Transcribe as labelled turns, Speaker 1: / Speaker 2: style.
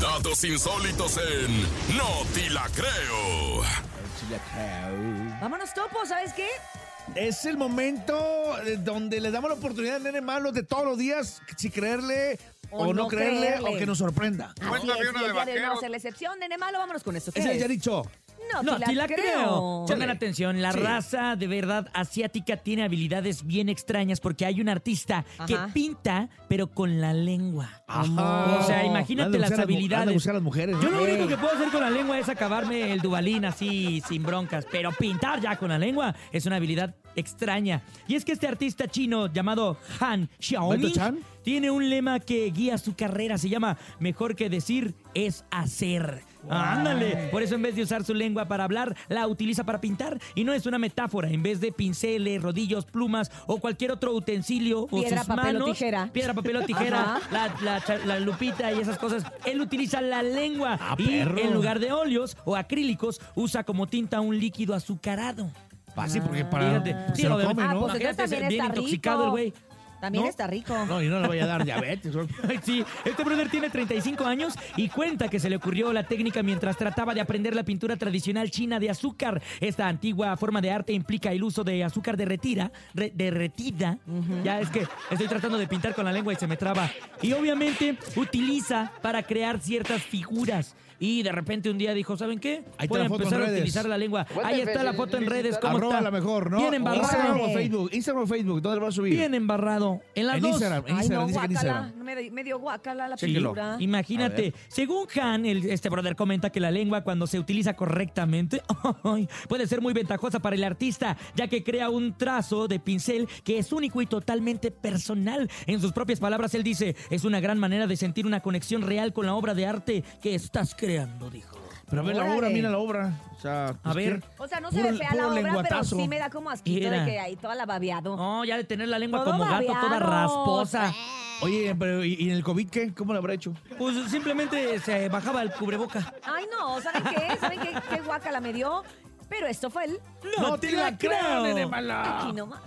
Speaker 1: Datos insólitos en No Te La Creo.
Speaker 2: Vámonos, Topo, ¿sabes qué?
Speaker 3: Es el momento eh, donde les damos la oportunidad al nene malo de todos los días, si creerle
Speaker 2: O
Speaker 3: o, no,
Speaker 2: no
Speaker 3: creerle,
Speaker 2: creerle.
Speaker 3: o que nos sorprenda.
Speaker 2: Así
Speaker 4: Cuéntame
Speaker 2: es,
Speaker 4: una
Speaker 2: y
Speaker 4: de
Speaker 2: el día de hoy no va a
Speaker 4: vaqueros.
Speaker 2: ser la excepción. Nene malo, vámonos con esto. ¿Qué
Speaker 3: Es el
Speaker 2: es?
Speaker 3: Yaricho.
Speaker 2: No,
Speaker 5: No,
Speaker 2: te Ah,
Speaker 5: te la creo. Pongan atención, la
Speaker 3: Sí.
Speaker 5: raza de verdad asiática tiene habilidades bien extrañas porque hay un artista que
Speaker 2: Ajá.
Speaker 5: pinta, pero con la lengua.
Speaker 3: Ajá.
Speaker 5: O sea,
Speaker 3: Anda
Speaker 5: imagínate
Speaker 3: a
Speaker 5: las
Speaker 3: buscar a mu- anda a
Speaker 5: habilidades.
Speaker 3: buscar a las mujeres.
Speaker 5: Yo lo
Speaker 3: Sí.
Speaker 5: único que puedo hacer con la lengua es acabarme el dubalín así, sin broncas. Pero pintar ya con la lengua es una habilidad extraña. Y es que este artista chino llamado Han Xiaomi
Speaker 3: ¿Beto Chan?
Speaker 5: tiene un lema que guía su carrera. Se llama Mejor que decir es hacer. Ándale. Por eso en vez de usar su lengua para hablar, la utiliza para pintar. Y no es una metáfora. En vez de pinceles, rodillos, plumas o cualquier otro utensilio
Speaker 2: Piedra,
Speaker 5: o sus
Speaker 2: papel o
Speaker 5: manos,
Speaker 2: tijera.
Speaker 5: piedra, papel o tijera,
Speaker 2: Ajá.
Speaker 5: la, la cha- la lupita y esas cosas. Él utiliza la lengua
Speaker 3: Ah,
Speaker 5: y
Speaker 3: perro.
Speaker 5: en lugar de óleos o acrílicos usa como tinta un líquido azucarado.
Speaker 3: Fácil, Ah, porque para.
Speaker 5: Fíjate.
Speaker 3: porque
Speaker 5: Sí,
Speaker 3: se
Speaker 5: lo
Speaker 3: lo
Speaker 5: de-
Speaker 3: come,
Speaker 2: Ah,
Speaker 3: ¿no?
Speaker 2: pues entonces
Speaker 5: Imagínate,
Speaker 2: también
Speaker 5: bien
Speaker 2: está rico.
Speaker 5: intoxicado el güey.
Speaker 2: También
Speaker 3: ¿No?
Speaker 2: está rico.
Speaker 3: No, y no le vaya a dar diabetes.
Speaker 5: Sí, este brother tiene 35 años y cuenta que se le ocurrió la técnica mientras trataba de aprender la pintura tradicional china de azúcar. Esta antigua forma de arte implica el uso de azúcar derretida, re- derretida. Ya es que estoy tratando de pintar con la lengua y se me traba. Y obviamente utiliza para crear ciertas figuras. Y de repente un día dijo, ¿saben qué?
Speaker 3: Ahí está
Speaker 5: Voy a
Speaker 3: la foto en
Speaker 5: empezar a
Speaker 3: redes.
Speaker 5: utilizar la lengua.
Speaker 6: ¿Cuántas
Speaker 5: Ahí está la
Speaker 6: veces
Speaker 5: foto en redes. ¿Cómo
Speaker 3: Arroba
Speaker 5: está?
Speaker 3: la mejor, ¿no?
Speaker 5: Bien embarrado.
Speaker 3: Instagram o Facebook. Instagram o Facebook. ¿Dónde lo va a subir?
Speaker 5: Bien embarrado. En las
Speaker 3: En
Speaker 5: dos.
Speaker 3: Instagram. En
Speaker 2: Ay,
Speaker 3: Instagram.
Speaker 2: no,
Speaker 3: dice que en
Speaker 2: guácala.
Speaker 3: Instagram.
Speaker 2: No Me, di- me dio guácala la
Speaker 3: Chéquelo.
Speaker 2: pintura.
Speaker 3: A
Speaker 5: Imagínate,
Speaker 3: ver.
Speaker 5: según Han, el- este brother comenta que la lengua cuando se utiliza correctamente puede ser muy ventajosa para el artista, ya que crea un trazo de pincel que es único y totalmente personal. En sus propias palabras, él dice, es una gran manera de sentir una conexión real con la obra de arte que estás creando, dijo.
Speaker 3: Pero a ver la obra,
Speaker 2: Órale.
Speaker 3: mira la obra. O sea, pues,
Speaker 5: A ver.
Speaker 2: O sea, no se ve
Speaker 3: Puro-
Speaker 2: fea la
Speaker 3: puro
Speaker 2: obra, pero
Speaker 3: lenguatazo.
Speaker 2: sí me da como asquito
Speaker 5: Era.
Speaker 2: de que ahí toda la babeado.
Speaker 5: No, ya de tener la lengua
Speaker 2: Todo
Speaker 5: como gato, toda
Speaker 2: babeado.
Speaker 5: rasposa.
Speaker 3: Oye, pero ¿y, y en el COVID qué? ¿Cómo lo habrá hecho?
Speaker 5: Pues simplemente se bajaba el cubreboca.
Speaker 2: Ay, no, ¿saben qué? ¿Saben qué, qué guácala me dio? Pero esto fue el
Speaker 3: ¡No te la creo, nene malo!
Speaker 2: aquí nomás.